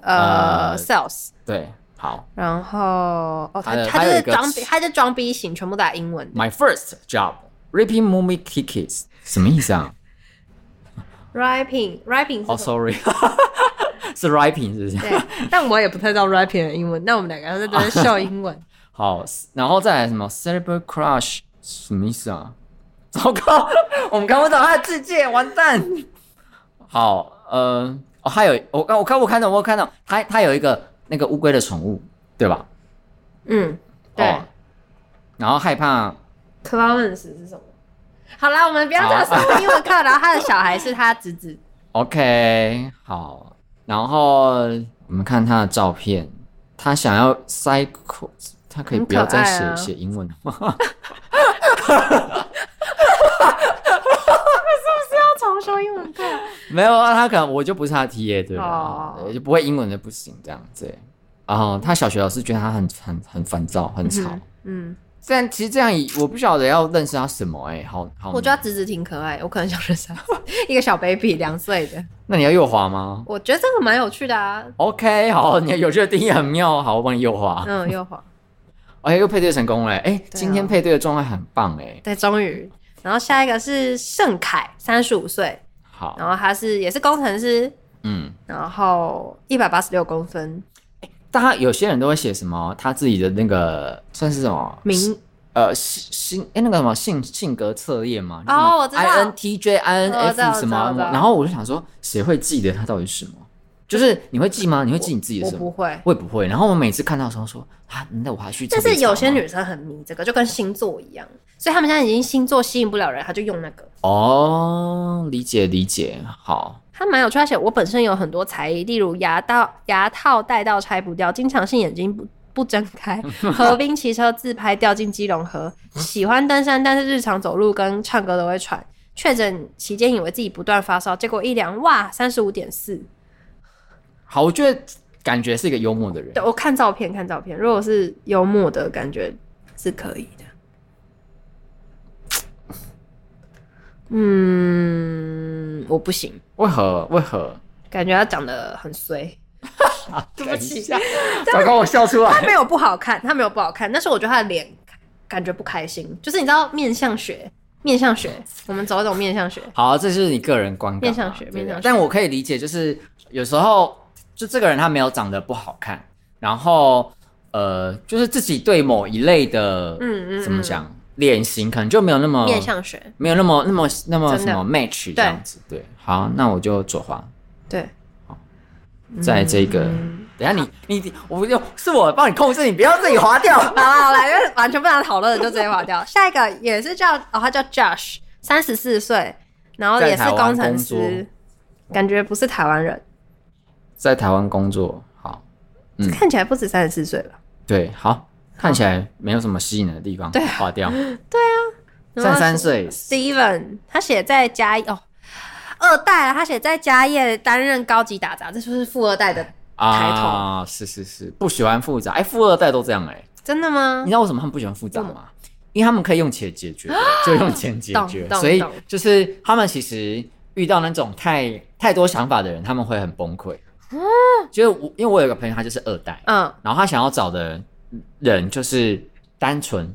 Speaker 1: 呃
Speaker 2: 呃 sales，
Speaker 1: 对，好
Speaker 2: 然后哦，
Speaker 1: 他
Speaker 2: 他
Speaker 1: 的
Speaker 2: 他
Speaker 1: 他
Speaker 2: 就
Speaker 1: 有一
Speaker 2: 是
Speaker 1: 个嗯
Speaker 2: 装
Speaker 1: 词
Speaker 2: 逼，他就装逼型，全部打英文的。
Speaker 1: ，My first job ripping movie tickets，什么意思 啊？
Speaker 2: Rapping rapping
Speaker 1: 哦
Speaker 2: 是什
Speaker 1: ，sorry，
Speaker 2: 么？
Speaker 1: 是 ripping 是不是？
Speaker 2: 对，但我也不太知道 rapping 的英文。那我们两个人
Speaker 1: 啊
Speaker 2: 在这秀 英文，
Speaker 1: 好，然后再来什么 cerebral crush，什么意思啊？ 糟糕，我们看不懂他的世界，完蛋。好，呃，哦，还有我刚我看我看到我看到他他有一个那个乌龟的宠物，对吧？
Speaker 2: 嗯，对。
Speaker 1: 哦然后害怕
Speaker 2: Clowns 是什么？好啦，我们不要这样
Speaker 1: 好啊
Speaker 2: 说英文课。然后他的小孩是他侄子，
Speaker 1: OK，好，然后我们看他的照片，他想要 cycle，他可以
Speaker 2: 很
Speaker 1: 不要
Speaker 2: 可
Speaker 1: 再
Speaker 2: 爱
Speaker 1: 写
Speaker 2: 啊
Speaker 1: 写、英文了吗？
Speaker 2: 要重修英文课。
Speaker 1: 没有啊，他可能我就不是他 T A 对吧
Speaker 2: 哦？
Speaker 1: 对就不会英文的不行这样子。然后他小学老师觉得他很很很烦躁，很吵。
Speaker 2: 嗯，
Speaker 1: 虽然其实这样也我不晓得要认识他什么哎、好好。
Speaker 2: 我觉得他侄子挺可爱，我可能想认识他，一个小 baby 两岁的。
Speaker 1: 那你要右滑吗
Speaker 2: 我觉得这个蛮有趣的啊。
Speaker 1: ？OK，好，你有趣的定义很妙，好，我帮你右滑。
Speaker 2: 嗯，啊右滑，
Speaker 1: 哎、又配对成功了哎、哎今天配对的状态很棒哎、
Speaker 2: 对，终于。然后下一个是盛凯，三十五岁，
Speaker 1: 好
Speaker 2: 然，后他是也是工程师，
Speaker 1: 嗯，
Speaker 2: 然后一百八十六公分，
Speaker 1: 大家有些人都会写什么他自己的那个算是什么
Speaker 2: 名
Speaker 1: 呃性性哎、那个什么性性格测验嘛，
Speaker 2: 哦我知道
Speaker 1: i N T J I N
Speaker 2: 我知道
Speaker 1: F 什么
Speaker 2: 我知道我知，道
Speaker 1: 然后我就想说谁会记得它到底是什么？就是你会记吗？你会记你自己的
Speaker 2: 我
Speaker 1: 什
Speaker 2: 不
Speaker 1: 么？
Speaker 2: 会。
Speaker 1: 我也不会。然后我每次看到的时候说啊，那我还去特
Speaker 2: 但
Speaker 1: 别查吗。
Speaker 2: 是有些女生很迷这个，就跟星座一样，所以他们现在已经星座吸引不了人，他就用那个。
Speaker 1: 哦，理解理解，好
Speaker 2: 他蛮有趣，而且我本身有很多才艺，例如牙套、牙套戴到拆不掉，经常性眼睛不不睁开， 河滨骑车自拍掉进基隆河，喜欢登山，但是日常走路跟唱歌都会喘。确诊期间以为自己不断发烧，结果一量哇三十五点四。
Speaker 1: 好，我觉得感觉是一个幽默的人
Speaker 2: 对，。我看照片看照片，如果是幽默的感觉是可以的。嗯，我不行，
Speaker 1: 为何为何？
Speaker 2: 感觉他长得很衰。
Speaker 1: 对不起，
Speaker 2: 啊
Speaker 1: 糟糕，我笑出
Speaker 2: 他
Speaker 1: 来。
Speaker 2: 没有不好看，他没有不好看，但是我觉得他的脸感觉不开心，就是你知道面相学，面相学，我们走一种面相学，
Speaker 1: 好，这是你个人观感嘛。
Speaker 2: 面向学
Speaker 1: 对
Speaker 2: 面向学
Speaker 1: 但我可以理解，就是有时候就这个人他没有长得不好看，然后呃，就是自己对某一类的，
Speaker 2: 嗯嗯
Speaker 1: 怎么讲，脸型可能就没有那么
Speaker 2: 面相学，
Speaker 1: 没有那么那么那么
Speaker 2: 真
Speaker 1: 什
Speaker 2: 的
Speaker 1: 么 match 这样子。对，好，那我就左滑，
Speaker 2: 对，嗯
Speaker 1: 在这个。等一下你你我就是我帮你控制，你不要自己滑 掉。
Speaker 2: 好啦好啦，因为完全不想讨论的就直接划掉。下一个也是叫哦，他叫 Josh，三十四岁，然后也是
Speaker 1: 在台湾
Speaker 2: 工程师
Speaker 1: 工，
Speaker 2: 感觉不是台湾人，
Speaker 1: 在台湾工作，好，嗯
Speaker 2: 看起来不止三十四岁吧？
Speaker 1: 对，好，看起来没有什么吸引人的地方，
Speaker 2: 对
Speaker 1: 划 掉。
Speaker 2: 然后
Speaker 1: 嗯三三岁，
Speaker 2: Steven，他写在嘉义哦，二代啊，他写在嘉业担任高级打杂，这就是富二代的抬头
Speaker 1: 啊，是是是，不喜欢复杂。哎、富二代都这样哎、
Speaker 2: 真的吗
Speaker 1: 你知？道为什么他们不喜欢复杂吗？因为他们可以用钱解决，就用钱解决，
Speaker 2: 懂懂
Speaker 1: 所以
Speaker 2: 懂
Speaker 1: 就是他们其实遇到那种太太多想法的人，他们会很崩溃。就是我，因为我有个朋友，他就是二代，
Speaker 2: 嗯，
Speaker 1: 然后他想要找的人就是单纯、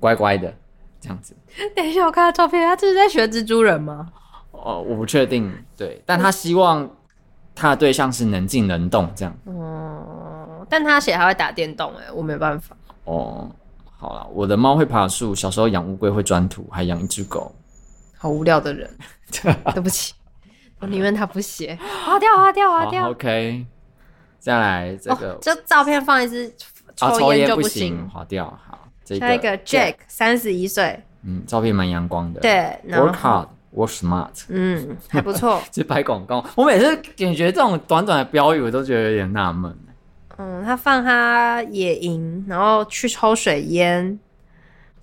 Speaker 1: 乖乖的这样子。
Speaker 2: 等一下，我看他照片，他这是在学蜘蛛人吗？
Speaker 1: 哦，我不确定，对，但他希望他的对象是能静能动这样。
Speaker 2: 哦，但他写还会打电动、哎，我没办法。
Speaker 1: 哦，好了，我的猫会爬树，小时候养乌龟会钻土，还养一只狗。
Speaker 2: 好无聊的人， 对不起，我宁愿他不 写，划啊掉，划掉，划
Speaker 1: 好
Speaker 2: 掉。
Speaker 1: 哦，OK，再来这个
Speaker 2: 哦，这照片放一支
Speaker 1: 啊，
Speaker 2: 抽烟就
Speaker 1: 不
Speaker 2: 行。
Speaker 1: 划掉。好，这
Speaker 2: 下一个 Jack，三十一岁，
Speaker 1: 嗯，照片蛮阳光的。
Speaker 2: 对，然后
Speaker 1: ，work hard。Work smart，
Speaker 2: 嗯，还不错，
Speaker 1: 这拍广告，我每次感觉这种短短的标语，我都觉得有点纳闷。
Speaker 2: 嗯，他放他野营，然后去抽水烟，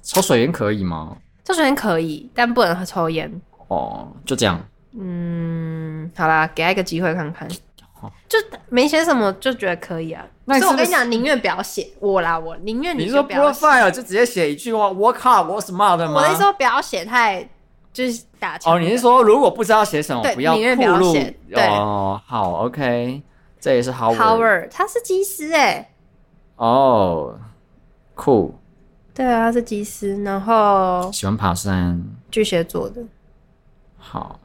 Speaker 1: 抽水烟可以吗？
Speaker 2: 抽水烟可以，但不能抽烟。
Speaker 1: 哦，就这样。
Speaker 2: 嗯，好啦，给他一个机会看看
Speaker 1: 好，
Speaker 2: 就没写什么就觉得可以啊。
Speaker 1: 那你
Speaker 2: 所以我
Speaker 1: 是不
Speaker 2: 跟
Speaker 1: 是
Speaker 2: 你讲，宁愿不要写我啦，我宁愿
Speaker 1: 你
Speaker 2: 就
Speaker 1: 说
Speaker 2: 不要写。
Speaker 1: profile 就直接写一句话，work hard, work smart 吗？
Speaker 2: 我的意思说不要写太就是打枪
Speaker 1: 哦，
Speaker 2: 的
Speaker 1: 你是说如果不知道写什么，
Speaker 2: 对
Speaker 1: 要
Speaker 2: 宁愿不
Speaker 1: 暴
Speaker 2: 要
Speaker 1: 露
Speaker 2: 写对
Speaker 1: 哦。好，OK，这也是 Howard。
Speaker 2: Howard 他是机师哎、
Speaker 1: 哦，酷，
Speaker 2: 对啊，他是机师，然后
Speaker 1: 喜欢爬山。
Speaker 2: 巨蟹座的，
Speaker 1: 好，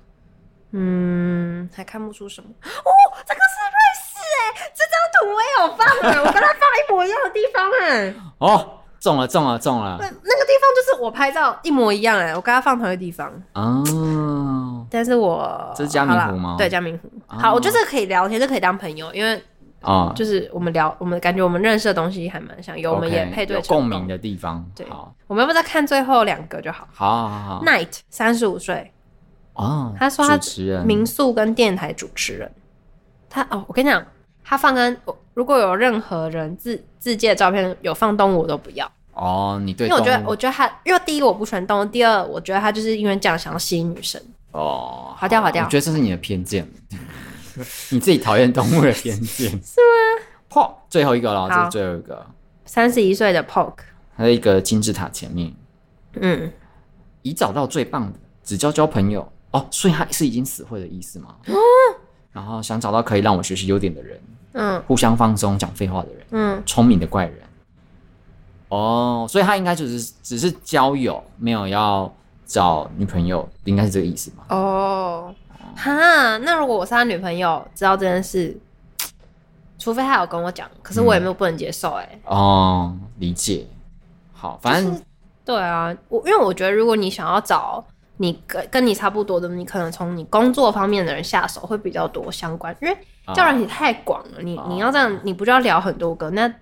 Speaker 2: 嗯，还看不出什么。哦，这个是瑞士哎、这张图我也有放哎、我跟他放一模一样的地方哎、
Speaker 1: 哦，中了，中了，中了
Speaker 2: 那。那个地方就是我拍照一模一样哎、我跟他放同一个地方。
Speaker 1: 啊哦，
Speaker 2: 但是我
Speaker 1: 这是嘉明湖
Speaker 2: 好啦
Speaker 1: 吗
Speaker 2: 对，嘉明湖。
Speaker 1: 哦
Speaker 2: 好，我觉得这个可以聊天，这个可以当朋友，因为
Speaker 1: 哦，
Speaker 2: 就是我们聊，我们感觉我们认识的东西还蛮像，有我们
Speaker 1: OK，
Speaker 2: 也配对
Speaker 1: 有
Speaker 2: 成功
Speaker 1: 共鸣。的地方。
Speaker 2: 对
Speaker 1: 好，
Speaker 2: 我们要不再看最后两个就好。
Speaker 1: 好，好，好。
Speaker 2: Night 三十五岁，
Speaker 1: 哦，
Speaker 2: 他说他
Speaker 1: 主持人
Speaker 2: 民宿跟电台主持人。他哦，我跟你讲，他放跟如果有任何人自自介照片有放动物，我都不要，
Speaker 1: 哦，你对
Speaker 2: 因为
Speaker 1: 动物，
Speaker 2: 我觉得我觉得他，因为第一我不喜欢动物，第二我觉得他就是因为这样想要吸引女生。
Speaker 1: 哦，
Speaker 2: 划掉划掉
Speaker 1: 我觉得这是你的偏见， 你自己讨厌动物的偏 见是 吗？破最后一个了，这
Speaker 2: 好
Speaker 1: 是最后一个，
Speaker 2: 三十一岁的 Poke，
Speaker 1: 还有一个金字塔前面，
Speaker 2: 嗯，
Speaker 1: 已找到最棒的，只交交朋友哦，所以他是已经死会的意思 吗？
Speaker 2: 啊
Speaker 1: 然后想找到可以让我学习优点的人，
Speaker 2: 嗯
Speaker 1: 互相放松、讲废话的人，
Speaker 2: 嗯，
Speaker 1: 聪明的怪人。哦，所以他应该就是只是交友，没有要找女朋友，应该是这个意思吧？
Speaker 2: 哦，哈，那如果我是他女朋友，知道这件事，除非他有跟我讲，可是我也没有不能接受、欸，哎、
Speaker 1: 哦，理解。好，反正
Speaker 2: 对啊，我因为我觉得如果你想要找你跟跟你差不多的，你可能从你工作方面的人下手会比较多相关，因为
Speaker 1: 啊
Speaker 2: 教软体太广了，你你要这样，你不就要聊很多个，那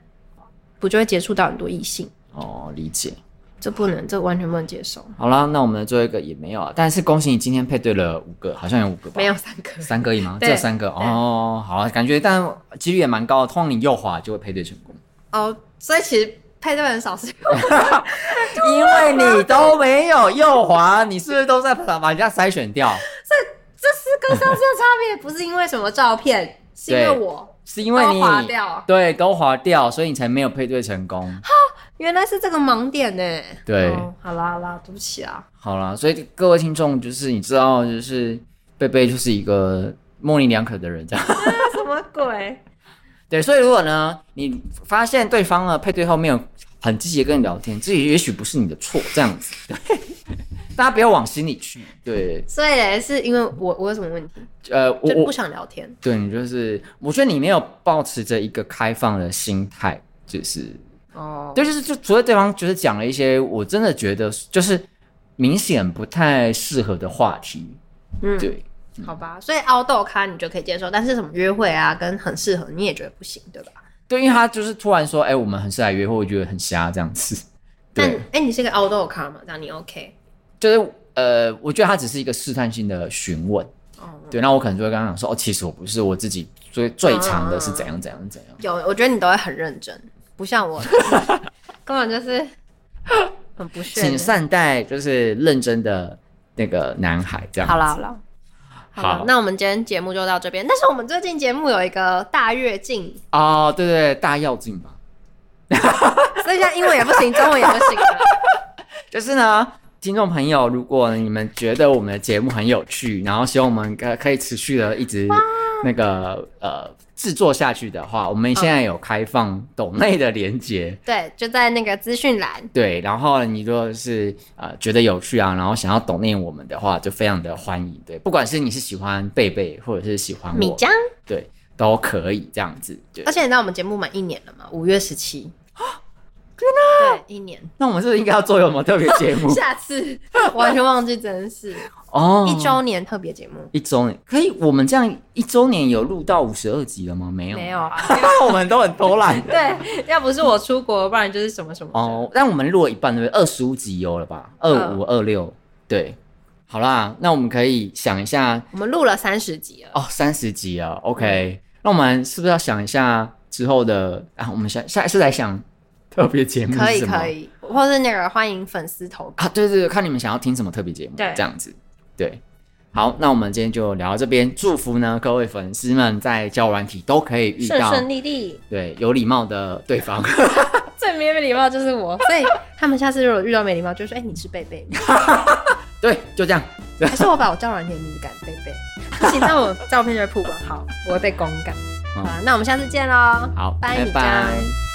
Speaker 2: 不就会接触到很多异性？
Speaker 1: 哦，理解。
Speaker 2: 这不能，这完全不能接受。
Speaker 1: 好啦，那我们的最后一个也没有啊，但是恭喜你今天配对了五个，好像有五个吧？
Speaker 2: 没有，三个，
Speaker 1: 三个而已吗？
Speaker 2: 对
Speaker 1: 只有三个哦。好啊，感觉但几率也蛮高的，通常你右滑就会配对成功，
Speaker 2: 哦，所以其实配对很少是
Speaker 1: 因为你都没有右滑，你是不是都在把把人家筛选 掉？
Speaker 2: 这是跟上次的差别，不是因为什么照片，是因为
Speaker 1: 对
Speaker 2: 我
Speaker 1: 是因为你
Speaker 2: 都滑掉
Speaker 1: 对都滑掉，所以你才没有配对成 功。
Speaker 2: 原来是这个盲点呢。
Speaker 1: 对
Speaker 2: 哦好啦好啦，对不起啊。
Speaker 1: 好啦，所以各位听众就是你知道，就是贝贝就是一个模棱两可的人，这样。
Speaker 2: 什么鬼？
Speaker 1: 对，所以如果呢，你发现对方呢配对后没有很积极地跟你聊天，这也许不是你的错，这样子， 对，大家不要往心里去。对，
Speaker 2: 所以嘞是因为我我有什么问题，
Speaker 1: 呃，我
Speaker 2: 就不
Speaker 1: 我
Speaker 2: 想聊天。
Speaker 1: 对你就是，我觉得你没有保持着一个开放的心态，就是，
Speaker 2: 哦，
Speaker 1: 对，就是就除了对方就是讲了一些我真的觉得就是明显不太适合的话题，
Speaker 2: 嗯
Speaker 1: 对，
Speaker 2: 好吧，所以凹豆咖你就可以接受，但是什么约会啊，跟很适合你也觉得不行，对吧？
Speaker 1: 对，因为他就是突然说，哎、我们很适合约会，我觉得很瞎这样子，
Speaker 2: 但
Speaker 1: 对。
Speaker 2: 哎、你是个凹豆咖嘛，这样你 OK？
Speaker 1: 就是呃，我觉得他只是一个试探性的询问。
Speaker 2: 哦，
Speaker 1: 对，那我可能就会跟他讲说，哦，其实我不是我自己最最长的是怎样怎样怎样。
Speaker 2: 有，我觉得你都会很认真，不 像我，根本就是很不屑
Speaker 1: 请
Speaker 2: 的。
Speaker 1: 善待就是认真的那个男孩这样。
Speaker 2: 好啦好啦，好啦
Speaker 1: 好
Speaker 2: 那我们今天节目就到这边。但是我们最近节目有一个大跃进，
Speaker 1: 哦，对对，大跃进吧。
Speaker 2: 所以现在英文也不行，中文也不行了。
Speaker 1: 就是呢，听众朋友，如果你们觉得我们的节目很有趣，然后希望我们可可以持续的一直那个呃制作下去的话，我们现
Speaker 2: 嗯
Speaker 1: 在有开放抖内的连接。
Speaker 2: 对，就在那个资讯栏。
Speaker 1: 对，然后你如果是呃觉得有趣啊，然后想要抖内我们的话，就非常的欢迎。对，不管是你是喜欢贝贝，或者是喜欢
Speaker 2: 米
Speaker 1: 我，
Speaker 2: 江，
Speaker 1: 对，都可以这样子。对哦
Speaker 2: 而，且你知道我们节目满一年了吗？五月十七。真的？对，一年。
Speaker 1: 那我们是不是应该要做一个我们特别节 目
Speaker 2: 下次完全忘记，真是
Speaker 1: 哦，
Speaker 2: 啊一周年特别节目。
Speaker 1: 一周年可以，我们这样一周年有录到五十二集了吗？没有，
Speaker 2: 没有。啊，
Speaker 1: 我们都很偷懒
Speaker 2: 对，要不是我出国，不然就是什么什么的。
Speaker 1: 哦。但我们录了一半，对不对？二十五集有了吧？二
Speaker 2: 嗯
Speaker 1: 五二六，对。好啦，那我们可以想一下
Speaker 2: 我们录了三十集了，
Speaker 1: 哦，三十集啊，OK。那
Speaker 2: 嗯
Speaker 1: 我们是不是要想一下之后的啊？我们下下一次来想特别节目嗯是
Speaker 2: 可以
Speaker 1: 什么
Speaker 2: 可以，或是那个欢迎粉丝投稿。
Speaker 1: 啊，对对对，看你们想要听什么特别节目，
Speaker 2: 对
Speaker 1: 这样子，对。好，那我们今天就聊到这边。祝福呢，各位粉丝们在交友软体都可以遇
Speaker 2: 顺
Speaker 1: 到
Speaker 2: 顺利利，
Speaker 1: 对有礼貌的对方。
Speaker 2: 最没礼貌就是我，所以他们下次如果遇到没礼貌，就说：“哎、你是贝贝，
Speaker 1: 对，就这样。
Speaker 2: 还是我把我叫软体的名字改贝贝？”不行，那我照片就会曝光。好，我会被公干。
Speaker 1: 嗯
Speaker 2: 好，那我们下次见喽。
Speaker 1: 好，
Speaker 2: 拜
Speaker 1: 拜
Speaker 2: 米
Speaker 1: 拜
Speaker 2: 江。